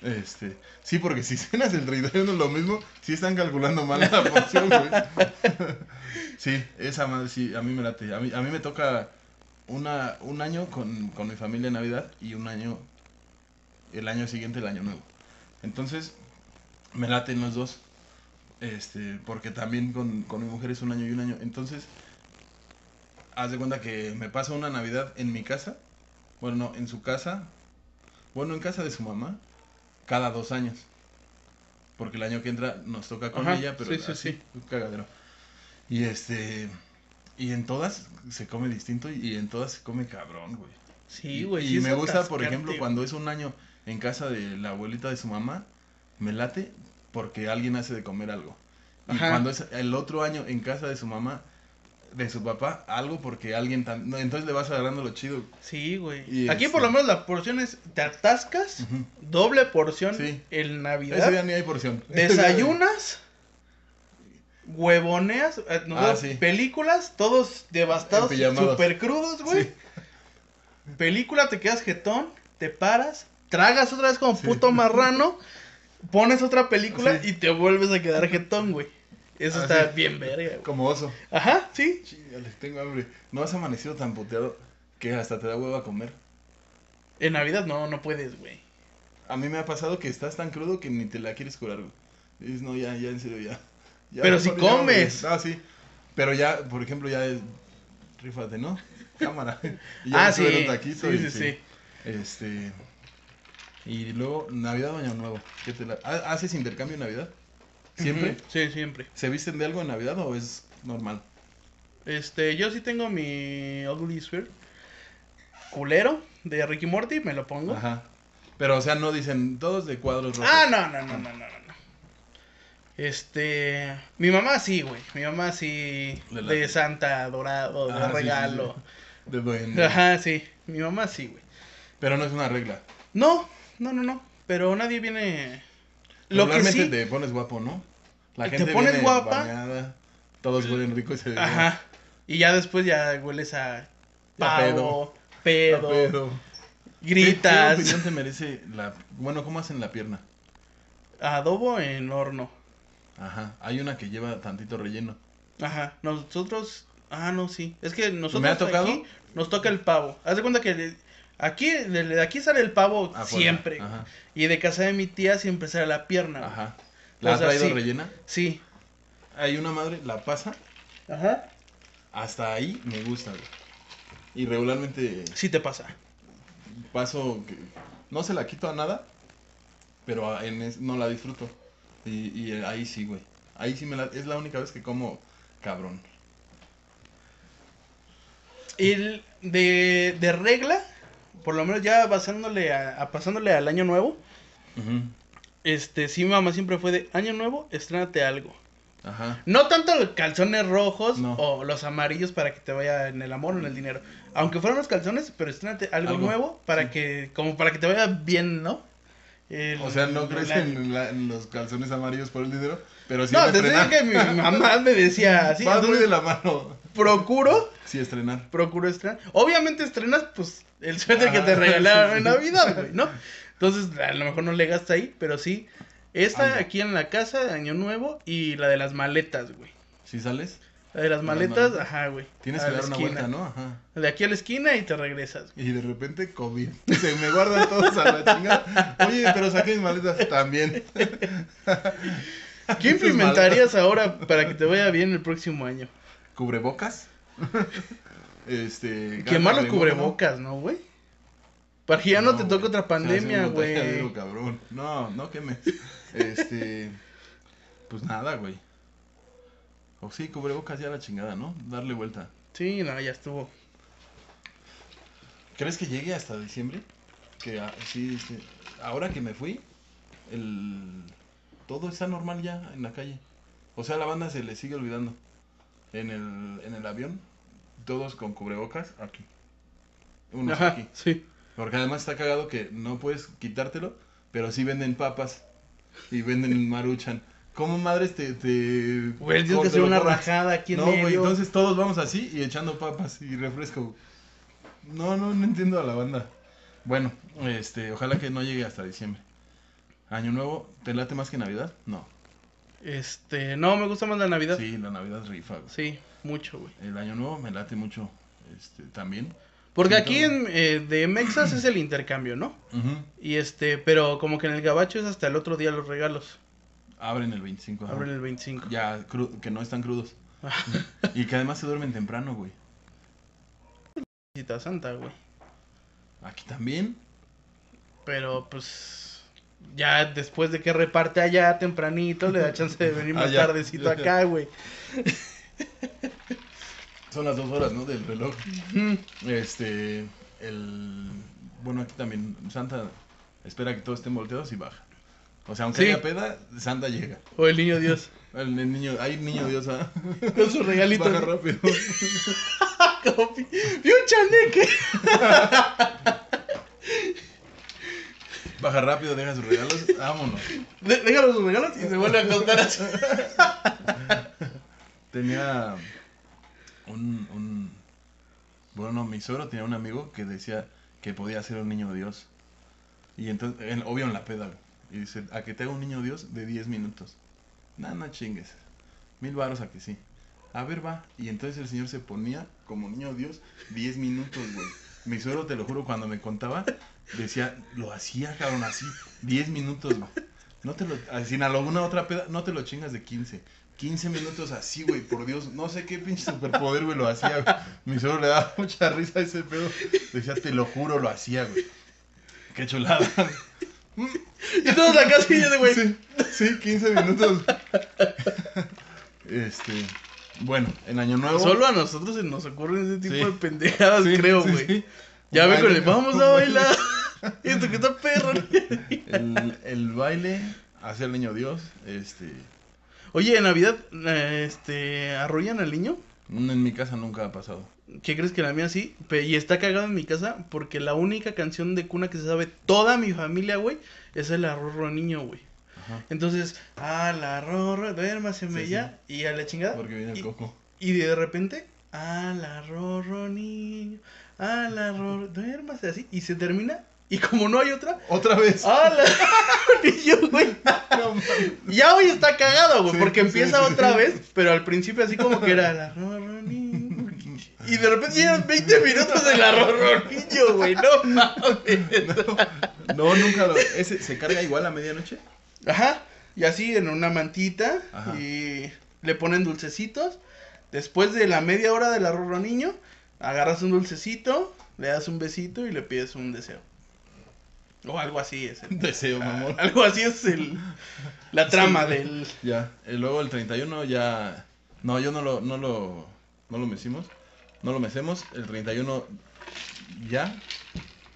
Este, sí, porque si (laughs) cenas el 31 lo mismo, sí están calculando mal la porción, güey. (laughs) sí, esa madre sí, a mí me late. A mí, a mí me toca una, un año con, con mi familia en Navidad y un año, el año siguiente, el año nuevo. Entonces, me laten los dos. Este, porque también con, con mi mujer es un año y un año. Entonces, haz de cuenta que me pasa una Navidad en mi casa. Bueno, no, en su casa. Bueno, en casa de su mamá cada dos años. Porque el año que entra nos toca con Ajá, ella, pero sí, sí, así, sí. un cagadero. Y este y en todas se come distinto y y en todas se come cabrón, güey. Sí, Y- güey. Y, sí es me gusta, por atascarte, ejemplo, güey. cuando es un año en casa de la abuelita de su mamá, me late porque alguien hace de comer algo. Y Ajá. cuando es el otro año en casa de su mamá, de su papá, algo porque alguien tam- no, Entonces le vas agarrando lo chido. Sí, güey. Y Aquí este- por lo menos la porción es, te atascas, Ujú. doble porción Sí. en Ese día Navidad, ni (laughs) hay porción. desayunas, huevoneas, eh, nosotros Ah, sí. películas, todos devastados, Empillamados. super crudos, güey. Película, te quedas jetón, te paras, tragas otra vez como Sí. puto marrano, pones otra película Sí. y te vuelves a quedar jetón, güey. Eso Ah, está sí. bien verga, güey. Como oso. Ajá, sí. Chíngale, tengo hambre. No has amanecido tan puteado que hasta te da huevo a comer. En Navidad no, no puedes, güey. A mí me ha pasado que estás tan crudo que ni te la quieres curar, güey. Dices, no, ya, ya, en serio, ya. Ya, Pero si mejor ya, güey". comes. Ah, sí. Pero ya, por ejemplo, ya es... Rífate, ¿no? Cámara. Y ya Ah, me sí. tuve un taquito sí, y sí, sí. Este... Y luego, Navidad o Año Nuevo. ¿Qué te la- ha- ¿Haces intercambio en Navidad? ¿Siempre? Ujú, Sí, siempre. ¿Se visten de algo en Navidad o es normal? Este, yo sí tengo mi Ugly Sweater culero de Ricky Morty, me lo pongo. Ajá. Pero, o sea, no dicen todos de cuadros rojos. Ah, no, no, no, no, no, no. no. Este, mi mamá sí, güey. Mi mamá sí Le late. de Santa dorado, de Ah, sí, sí, regalo. De duende. Ajá, sí. Mi mamá sí, güey. Pero no es una regla. No, no, no, no, pero nadie viene lo que Regularmente sí. te pones guapo, ¿no? La Te gente pones viene guapa. bañada, todos huelen rico y se ven Ajá. Y ya después ya hueles a Ya pavo, bien. pedo, Ah, pedo. ¿Qué, qué gritas, opinión te merece la... Bueno, ¿cómo hacen la pierna? (laughs) adobo en horno. Ajá. Hay una que lleva tantito relleno. Ajá, nosotros Ah, no, sí. Es que nosotros ¿Me ha tocado? aquí nos toca el pavo. Haz de cuenta que de- aquí, de, de aquí sale el pavo Afuera. siempre. Ajá. Y de casa de mi tía siempre sale la pierna. güey. Ajá. ¿La O ha sea, traído sí. rellena? Sí. Hay una madre, la pasa, Ajá. hasta ahí me gusta, güey. Y regularmente Sí te pasa. paso, que- no se la quito a nada, pero a- en es- no la disfruto. Y, y ahí sí, güey. Ahí sí me la... Es la única vez que como cabrón. Y el- de, de regla, por lo menos ya basándole a- a pasándole al año nuevo, este, sí, mi mamá siempre fue de año nuevo, estrénate algo. Ajá. No tanto los calzones rojos No. o los amarillos para que te vaya en el amor o en el dinero. Aunque fueran los calzones, pero estrenate algo, Algo, nuevo para que, como para que te vaya bien, ¿no? El- O sea, no crees la- en, la- en los calzones amarillos por el dinero, pero sí No, en te digo estrenar. que mi mamá me decía así. (laughs) Va muy entonces, de la mano. Procuro, Sí, estrenar. procuro estrenar. Obviamente estrenas, pues, el suéter que te (laughs) Ajá. regalaron en Navidad, güey, ¿no? Entonces, a lo mejor no le gasta ahí, pero sí. Esta Algo. aquí en la casa de Año Nuevo y la de las maletas, güey. Si sales, La de las De las maletas, maletas. ajá, güey. tienes a que la Ah, dar una esquina. vuelta, ¿no? Ajá. De aquí a la esquina y te regresas. (laughs) Y de repente COVID. (laughs) Se me guardan todos a la chingada. Oye, pero saqué mis maletas (laughs) también. ¿Qué Sus implementarías ahora para que te vaya bien el próximo año? (laughs) Cubrebocas. Este. Quemar los gana cubrebocas, ¿no, güey? Para que ya no, te güey. toque otra Se pandemia, hace un güey. contagiadero, cabrón. No, no quemes. Este. (laughs) Pues nada, güey. O sí, cubrebocas ya la chingada, ¿no? Darle vuelta. Sí, no, ya estuvo. ¿Crees que llegue hasta diciembre? Que ah, sí, sí. ahora que me fui, el todo está normal ya en la calle. O sea, la banda se le sigue olvidando. En el, en el avión, todos con cubrebocas aquí. Unos Ajá, aquí. sí. Porque además está cagado que no puedes quitártelo, pero sí venden papas y venden maruchan. ¿Cómo madres te... te Güey, tienes que cortas hacer una los ojos? rajada aquí en No, medio. güey, entonces todos vamos así y echando papas y refresco. No, no, no entiendo a la banda. Bueno, este, ojalá que no llegue hasta diciembre. Año nuevo, ¿te late más que Navidad? No. Este, no, me gusta más la Navidad. Sí, Sí, la Navidad rifa. güey. mucho, güey. El año nuevo me late mucho este, también. Porque Sí, aquí en, eh, de Mexas es el intercambio, ¿no? Ujú. Y este, pero como que en el gabacho es hasta el otro día los regalos. Abren el 25. ajá. Abren el 25. Ya, cru- que no están crudos. (laughs) y que además se duermen temprano, güey. Cita Santa, güey. Aquí también. Pero pues ya después de que reparte allá tempranito, le da chance de (laughs) venir más Allá. tardecito (laughs) acá, güey. Son las dos horas, ¿no? Del reloj. Mm, Este, el, bueno, aquí también Santa espera que todos estén volteados y baja. O sea, aunque Sí. haya peda, Santa llega. O el niño Dios. El, el niño, hay niño Dios, ¿ah? Con su regalito. Baja rápido. Como, "Vi un chaneque! Baja rápido, deja sus regalos, vámonos. De- déjalo sus regalos y se vuelve a acostar así. Tenía un, un, bueno, mi suegro tenía un amigo que decía que podía ser un niño Dios. Y entonces, en- obvio en la peda, güey. y dice, a que te haga un niño Dios de 10 minutos. Nada, no chingues. Mil varos a que sí. A ver, va. Y entonces el señor se ponía como niño Dios 10 minutos, güey. Mi suegro, te lo juro, cuando me contaba, decía, lo hacía, cabrón, así, 10 minutos, güey. No te lo, así, en alguna otra peda, no te lo chingas de 15. 15 minutos así, güey, por Dios. No sé qué pinche superpoder, güey, lo hacía, güey. Mi suegro le daba mucha risa a ese pedo. Decía, te lo juro, lo hacía, güey. Qué chulada. Y todos acá así, yo de güey. Sí, sí, 15 minutos. Este, bueno, en Año Nuevo. Solo a nosotros se nos ocurren ese tipo Sí. de pendejadas, Sí, creo, sí, güey. sí. Ya ve con el Baile, vamos a baile. bailar. (laughs) Esto que está perro. El, el baile hacia el niño Dios, este, Oye, en Navidad, eh, este, arrullan al niño. en mi casa nunca ha pasado. ¿Qué crees que la mía sí? Pe- Y está cagado en mi casa porque la única canción de cuna que se sabe toda mi familia, güey, es el arrorro niño, güey. Ajá. Entonces, al arrorro, duérmaseme Sí, ya, y a la chingada. Porque viene el y, coco. y de repente, al arrorro niño, al arrorro, duérmase así, y se termina, y como no hay otra, Otra vez. al arrorro (laughs) niño, güey. No mames. Ya hoy está cagado, güey, Sí, porque sí, empieza sí. otra vez, pero al principio así como que era la ro, ro, ni. Y de repente ya eran 20 minutos del arroronillo, güey. No mames. No, nunca lo. Ese, ¿Se carga igual a medianoche? Ajá. Y así en una mantita. Ajá. Y le ponen dulcecitos. Después de la media hora del arroroniño, agarras un dulcecito, le das un besito y le pides un deseo. O algo así es. el- Deseo, mi amor. Algo así es el, la trama del. Ya. Y luego el 31 ya. No, yo no lo. No lo, no lo mecimos. No lo mecemos. El 31 ya.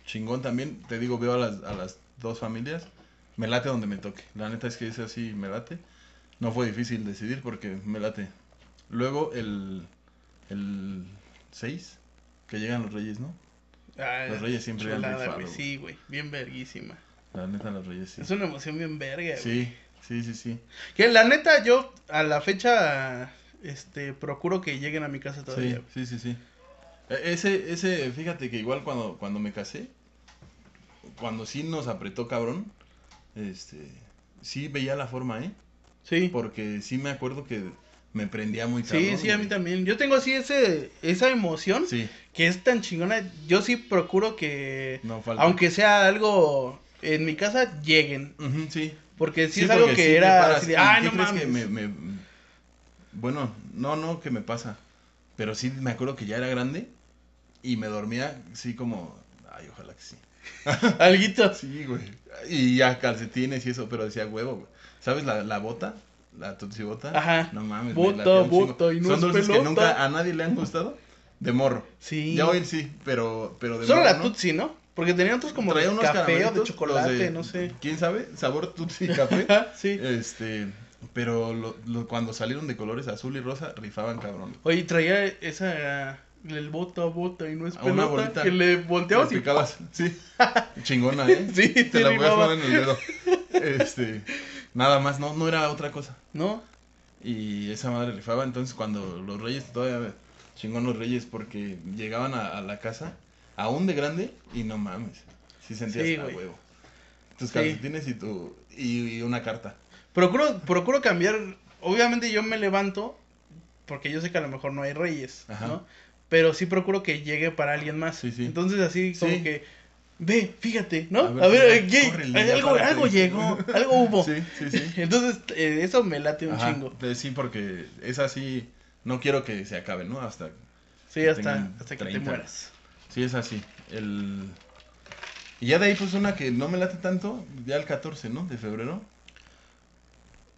Chingón también. Te digo, veo a las, a las dos familias. Me late donde me toque. La neta es que es así, me late. No fue difícil decidir porque me late. Luego el. El 6. Que llegan los reyes, ¿no? Ah, Los Reyes siempre han chulada, rifado, güey. güey. Sí, güey. Bien verguísima. La neta, los reyes sí. Es una emoción bien verga, güey. Sí, sí, sí, sí. Que la neta, yo a la fecha. Este, procuro que lleguen a mi casa todavía. Sí, güey. sí, sí, sí. E- Ese, ese, fíjate que igual cuando, cuando me casé, cuando sí nos apretó cabrón, este, sí veía la forma, ¿eh? Sí. Porque sí me acuerdo que me prendía muy cabrón. Sí, sí, a mí güey. también. Yo tengo así ese, esa emoción Sí, que es tan chingona. Yo sí procuro que, no falta. aunque sea algo en mi casa, lleguen. Ujú, sí. Porque sí, Sí, es algo porque que sí te era paras así de, y ay, ¿qué no crees mames. que me- me- Bueno, no, no, que me pasa. Pero sí me acuerdo que ya era grande y me dormía sí como... Ay, ojalá que sí. (laughs) Alguito. Sí, güey. Y ya calcetines y eso, pero decía huevo, güey. ¿Sabes la, la bota? La tutsi bota. Ajá. No mames. Bota, me latía un chingo. bota, y no Son es dulces que pelota. nunca a nadie le han gustado. De morro. Sí. Ya hoy sí, pero, pero de Solo morro, la ¿no? Tutsi, ¿no? Porque tenían otros como Traía de unos café o de caramelitos, chocolate, los de- no sé. ¿Quién sabe? Sabor (laughs) tutsi café. Ajá, sí. este, pero lo- lo- cuando salieron de colores azul y rosa, rifaban cabrón. Oye, traía esa. El bota, bota y no es A una pelota. bolita. Que le volteabas Te y. picabas. (laughs) Sí. Chingona, ¿eh? Sí, Te sí la voy a rifaba. poner en el dedo. Este, nada más, no, no era otra cosa. ¿No? Y esa madre rifaba, entonces cuando los reyes, todavía chingón los reyes, porque llegaban a, a la casa, aún de grande, y no mames, si sentías Sí, a güey. huevo. Tus Sí. calcetines y tu y, y una carta. Procuro, procuro cambiar. Obviamente yo me levanto porque yo sé que a lo mejor no hay reyes, Ajá. ¿no? Pero sí procuro que llegue para alguien más. Sí, sí. Entonces así Sí. como que ve, fíjate, ¿no? A ver, A ver, córrele, aquí, córrele, algo, apárate. algo llegó, (laughs) algo hubo. Sí, (laughs) sí, sí. Entonces eh, eso me late Oh. un Ajá, chingo. pues sí, porque es así, no quiero que se acabe, ¿no? Hasta, Sí, Que hasta, tengan hasta que te 30. mueras. sí es así. El... Y ya de ahí pues una que no me late tanto, ya el 14, ¿no? De febrero.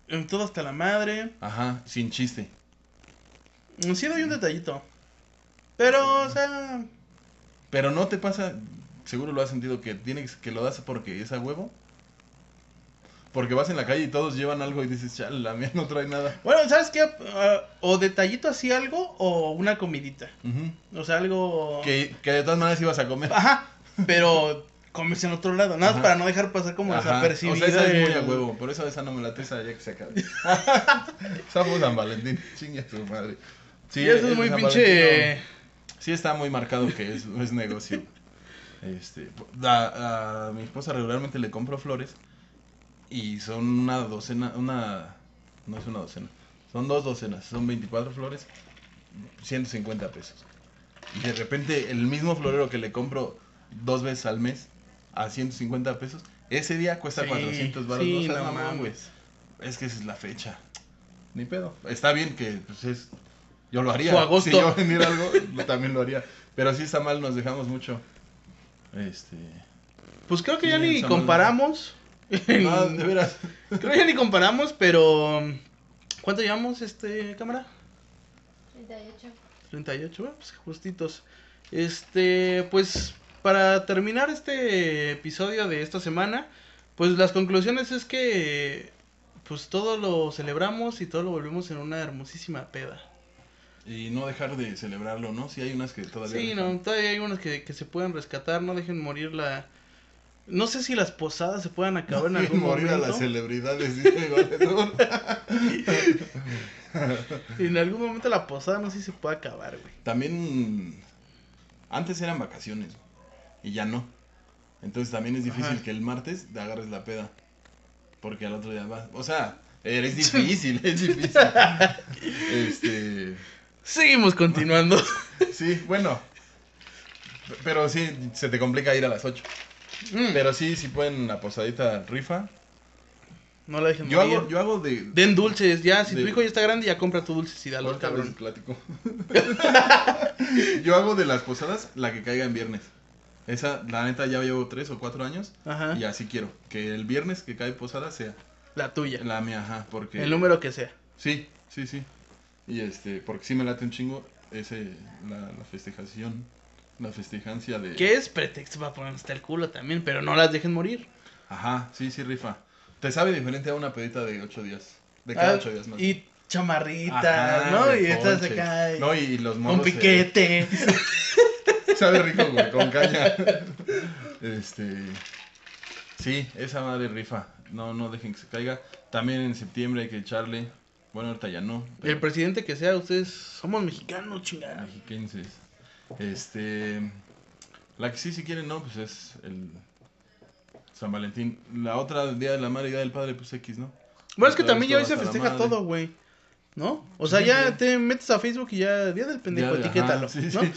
En todo hasta la madre. Ajá, sin chiste. Mm, Sí doy un detallito. Pero, o sea, Pero no te pasa, seguro lo has sentido, que tienes que lo das porque es a huevo. Porque vas en la calle y todos llevan algo y dices, chale, la mía no trae nada. bueno, ¿sabes qué? Ah, o detallito así algo o una comidita. Ujú. O sea, algo... que, que de todas maneras ibas a comer. Ajá, pero comes en otro lado, nada más Ajá. para no dejar pasar como Ajá. desapercibido. O sea, esa es muy a el- huevo. Por eso esa no me late, esa ya que se acabe. (laughs) Sapo San Valentín, chinga su madre. Sí, eso el es muy San pinche. Valentín, no. Sí está muy marcado que es, es negocio. Este, a, a mi esposa regularmente le compro flores y son una docena, una, no es una docena, son dos docenas, son 24 flores, 150 pesos. Y de repente el mismo florero que le compro dos veces al mes a 150 pesos, ese día cuesta Sí, 400 baros. sí, no seas no mamón, mames. güey. Es que esa es la fecha. Ni pedo. Está bien que pues es yo lo haría. Su agosto. Si yo (laughs) vendiera algo, yo también lo haría. Pero sí está mal, nos dejamos mucho. Este. Pues creo que ya Sí, ni esa comparamos. Ah, de veras. (laughs) creo que ya ni comparamos, pero. ¿Cuánto llevamos, este, cámara? 38. 38, bueno, pues justitos. Este, pues para terminar este episodio de esta semana, pues las conclusiones es que pues todo lo celebramos y todo lo volvemos en una hermosísima peda. Y no dejar de celebrarlo, ¿no? Sí hay unas que todavía. Sí, (laughs) no, todavía hay unos que, que se pueden rescatar, no dejen morir la... No sé si las posadas se puedan acabar en algún morir a las momento. celebridades. (laughs) dice Valedor. En algún momento la posada no sé si se puede acabar, güey. También antes eran vacaciones y ya no. Entonces también es difícil Ajá. que el martes te agarres la peda. Porque al otro (laughs) día vas. O sea, es difícil, es difícil. este, Seguimos continuando. Sí, bueno. P- Pero sí, se te complica ir a las 8. Mm, (laughs) Pero sí, si pueden la posadita rifa. no la dejen Yo morir. hago, yo hago de. Den dulces, ya, si tu De- hijo ya está grande, ya compra tu dulces y dale, Ahorita les cabrón. platico. (laughs) yo hago de las posadas la que caiga en viernes. Esa, la neta, ya llevo 3 o 4 años. Ajá. Y así quiero. Que el viernes que cae posada sea La tuya. la mía, ajá. Porque. El número que sea. Sí, sí, sí. Y este, porque sí me late un chingo ese, la, la festejación, la festejancia de... Que es pretexto para poner hasta el culo también, pero no las dejen morir. Ajá, sí, sí, rifa. Te sabe diferente a una pedita de ocho días, de cada Ah, ocho días más. bien. Y chamarrita, Ajá, ¿no? de Y estas de ponche. acá. y- No, y los monos. con eh, piquete. (laughs) sabe rico, güey, con caña. Este... Sí, esa madre rifa. No, no dejen que se caiga. También en septiembre hay que echarle... Bueno, ahorita ya no. El presidente que sea, ustedes somos mexicanos, chingada. mexiquenses. Este. La que sí, si quieren, no, pues es el. San Valentín. La otra, el Día de la Madre y Día del Padre, pues X, ¿no? Bueno, es que Otra vez también ya hoy se toda hasta la festeja madre. todo, güey. ¿No? O sea, Sí, ya güey. te metes a Facebook y ya, día del pendejo, Día de- etiquétalo. ajá, sí, ¿no? sí.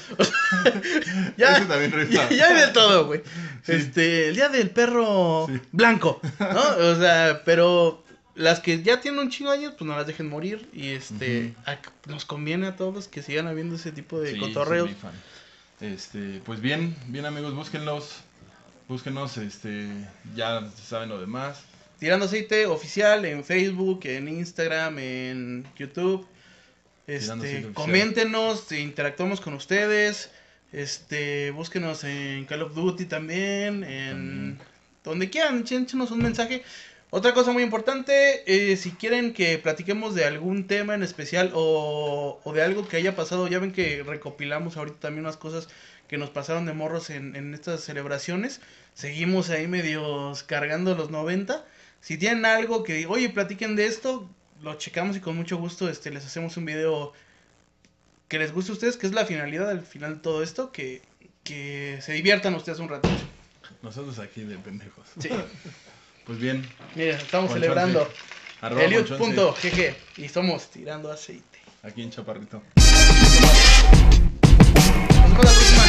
Ya. Eso (laughs) también Ya, rifa. ya hay de todo, güey. Sí. Este, el día del perro Sí. blanco, ¿no? (laughs) O sea, pero las que ya tienen un chingo de años, pues no las dejen morir. Y este, a- nos conviene a todos que sigan habiendo ese tipo de Sí, cotorreos. sí, rifan. Este, pues bien, bien amigos, búsquenlos. Búsquenos, este. Ya saben lo demás. Tirando aceite oficial en Facebook, en Instagram, en YouTube. Tirando Aceite Este, Oficial. coméntenos, interactuamos con ustedes. Este, búsquenos en Call of Duty también, en También. donde quieran, échenos un mensaje. Otra cosa muy importante, eh, si quieren que platiquemos de algún tema en especial o, o de algo que haya pasado, ya ven que recopilamos ahorita también unas cosas que nos pasaron de morros en, en estas celebraciones. Seguimos ahí medios cargando los 90. Si tienen algo que, oye, platiquen de esto, lo checamos y con mucho gusto este, les hacemos un video que les guste a ustedes, que es la finalidad al final de todo esto, que, que se diviertan ustedes un ratito. Nosotros aquí de pendejos. Sí, Pues bien, mira, estamos Con celebrando chance. arroba Monchonce, Eliud.gg y somos tirando aceite. Aquí en Chaparrito. Nos vemos la próxima.